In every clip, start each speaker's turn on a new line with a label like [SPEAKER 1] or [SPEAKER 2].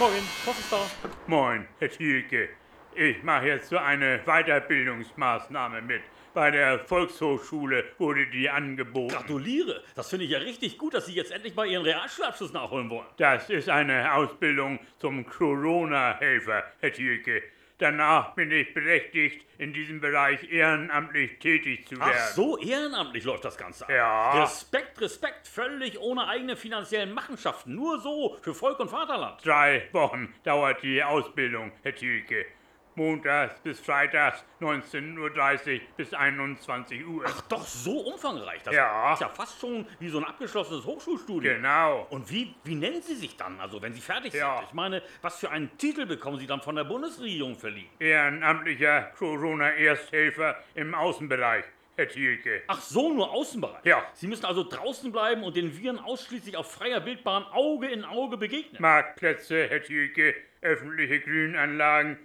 [SPEAKER 1] Morgen, was ist da?
[SPEAKER 2] Moin, Herr Schielke. Ich mache jetzt so eine Weiterbildungsmaßnahme mit. Bei der Volkshochschule wurde die angeboten.
[SPEAKER 1] Gratuliere! Das finde ich ja richtig gut, dass Sie jetzt endlich mal Ihren Realschulabschluss nachholen wollen.
[SPEAKER 2] Das ist eine Ausbildung zum Corona-Helfer, Herr Thielke. Danach bin ich berechtigt, in diesem Bereich ehrenamtlich tätig zu werden.
[SPEAKER 1] Ach, so ehrenamtlich läuft das Ganze ab.
[SPEAKER 2] Ja.
[SPEAKER 1] Respekt, Respekt, völlig ohne eigene finanziellen Machenschaften. Nur so für Volk und Vaterland.
[SPEAKER 2] Drei Wochen dauert die Ausbildung, Herr Thielke. Montags bis Freitags 19.30 Uhr bis 21 Uhr.
[SPEAKER 1] Ach, doch so umfangreich. Das
[SPEAKER 2] Ja.
[SPEAKER 1] ist ja fast schon wie so ein abgeschlossenes Hochschulstudium.
[SPEAKER 2] Genau.
[SPEAKER 1] Und wie, wie nennen Sie sich dann, also wenn Sie fertig
[SPEAKER 2] Ja.
[SPEAKER 1] sind? Ich meine, was für einen Titel bekommen Sie dann von der Bundesregierung verliehen?
[SPEAKER 2] Ehrenamtlicher Corona-Ersthelfer im Außenbereich, Herr Thielke.
[SPEAKER 1] Ach so, nur Außenbereich.
[SPEAKER 2] Ja.
[SPEAKER 1] Sie müssen also draußen bleiben und den Viren ausschließlich auf freier Wildbahn Auge in Auge begegnen.
[SPEAKER 2] Marktplätze, Herr Thielke, öffentliche Grünanlagen,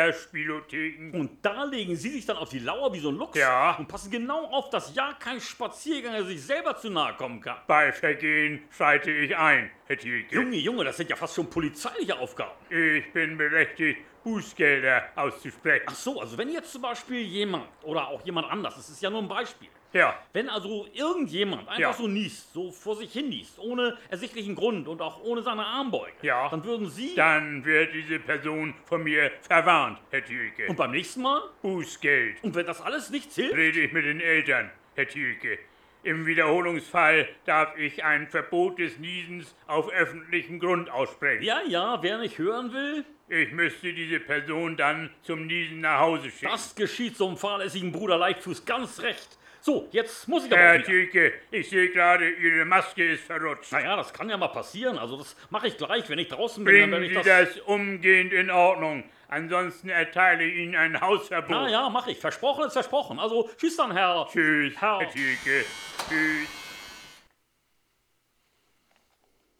[SPEAKER 2] Open-Air-Spielotheken.
[SPEAKER 1] Und da legen sie sich dann auf die Lauer wie so ein Luchs
[SPEAKER 2] Ja.
[SPEAKER 1] und passen genau auf, dass ja kein Spaziergänger sich selber zu nahe kommen kann.
[SPEAKER 2] Bei Vergehen schreite ich ein, Herr Thielke.
[SPEAKER 1] Junge, Junge, das sind ja fast schon polizeiliche Aufgaben.
[SPEAKER 2] Ich bin berechtigt, Bußgelder auszusprechen.
[SPEAKER 1] Ach so, also wenn jetzt zum Beispiel jemand oder auch jemand anders, das ist ja nur ein Beispiel,
[SPEAKER 2] Ja,
[SPEAKER 1] wenn also irgendjemand einfach
[SPEAKER 2] Ja.
[SPEAKER 1] so niest, so vor sich hin niest, ohne ersichtlichen Grund und auch ohne seine Armbeuge,
[SPEAKER 2] Ja.
[SPEAKER 1] dann würden Sie
[SPEAKER 2] dann wird diese Person von mir verwarnt, Herr Thielke.
[SPEAKER 1] und beim nächsten Mal
[SPEAKER 2] Bußgeld.
[SPEAKER 1] und wenn das alles nichts hilft,
[SPEAKER 2] Rede ich mit den Eltern, Herr Thielke. Im Wiederholungsfall darf ich ein Verbot des Niesens auf öffentlichen Grund aussprechen.
[SPEAKER 1] ja, ja, wer nicht hören will,
[SPEAKER 2] Ich müsste diese Person dann zum Niesen nach Hause schicken.
[SPEAKER 1] das geschieht so einem fahrlässigen Bruder Leichtfuß ganz recht. So, jetzt muss ich aber auch
[SPEAKER 2] Herr
[SPEAKER 1] wieder.
[SPEAKER 2] Thielke, ich sehe gerade, Ihre Maske ist verrutscht.
[SPEAKER 1] Naja, das kann ja mal passieren. Also das mache ich gleich, wenn ich draußen bin, dann
[SPEAKER 2] Bringen
[SPEAKER 1] werde ich
[SPEAKER 2] Sie
[SPEAKER 1] das.
[SPEAKER 2] das umgehend in Ordnung. Ansonsten erteile ich Ihnen ein Hausverbot.
[SPEAKER 1] Na ja, mache ich. Versprochen ist versprochen. Also tschüss dann, Herr.
[SPEAKER 2] Tschüss,
[SPEAKER 1] Herr.
[SPEAKER 2] Herr Thielke. Tschüss.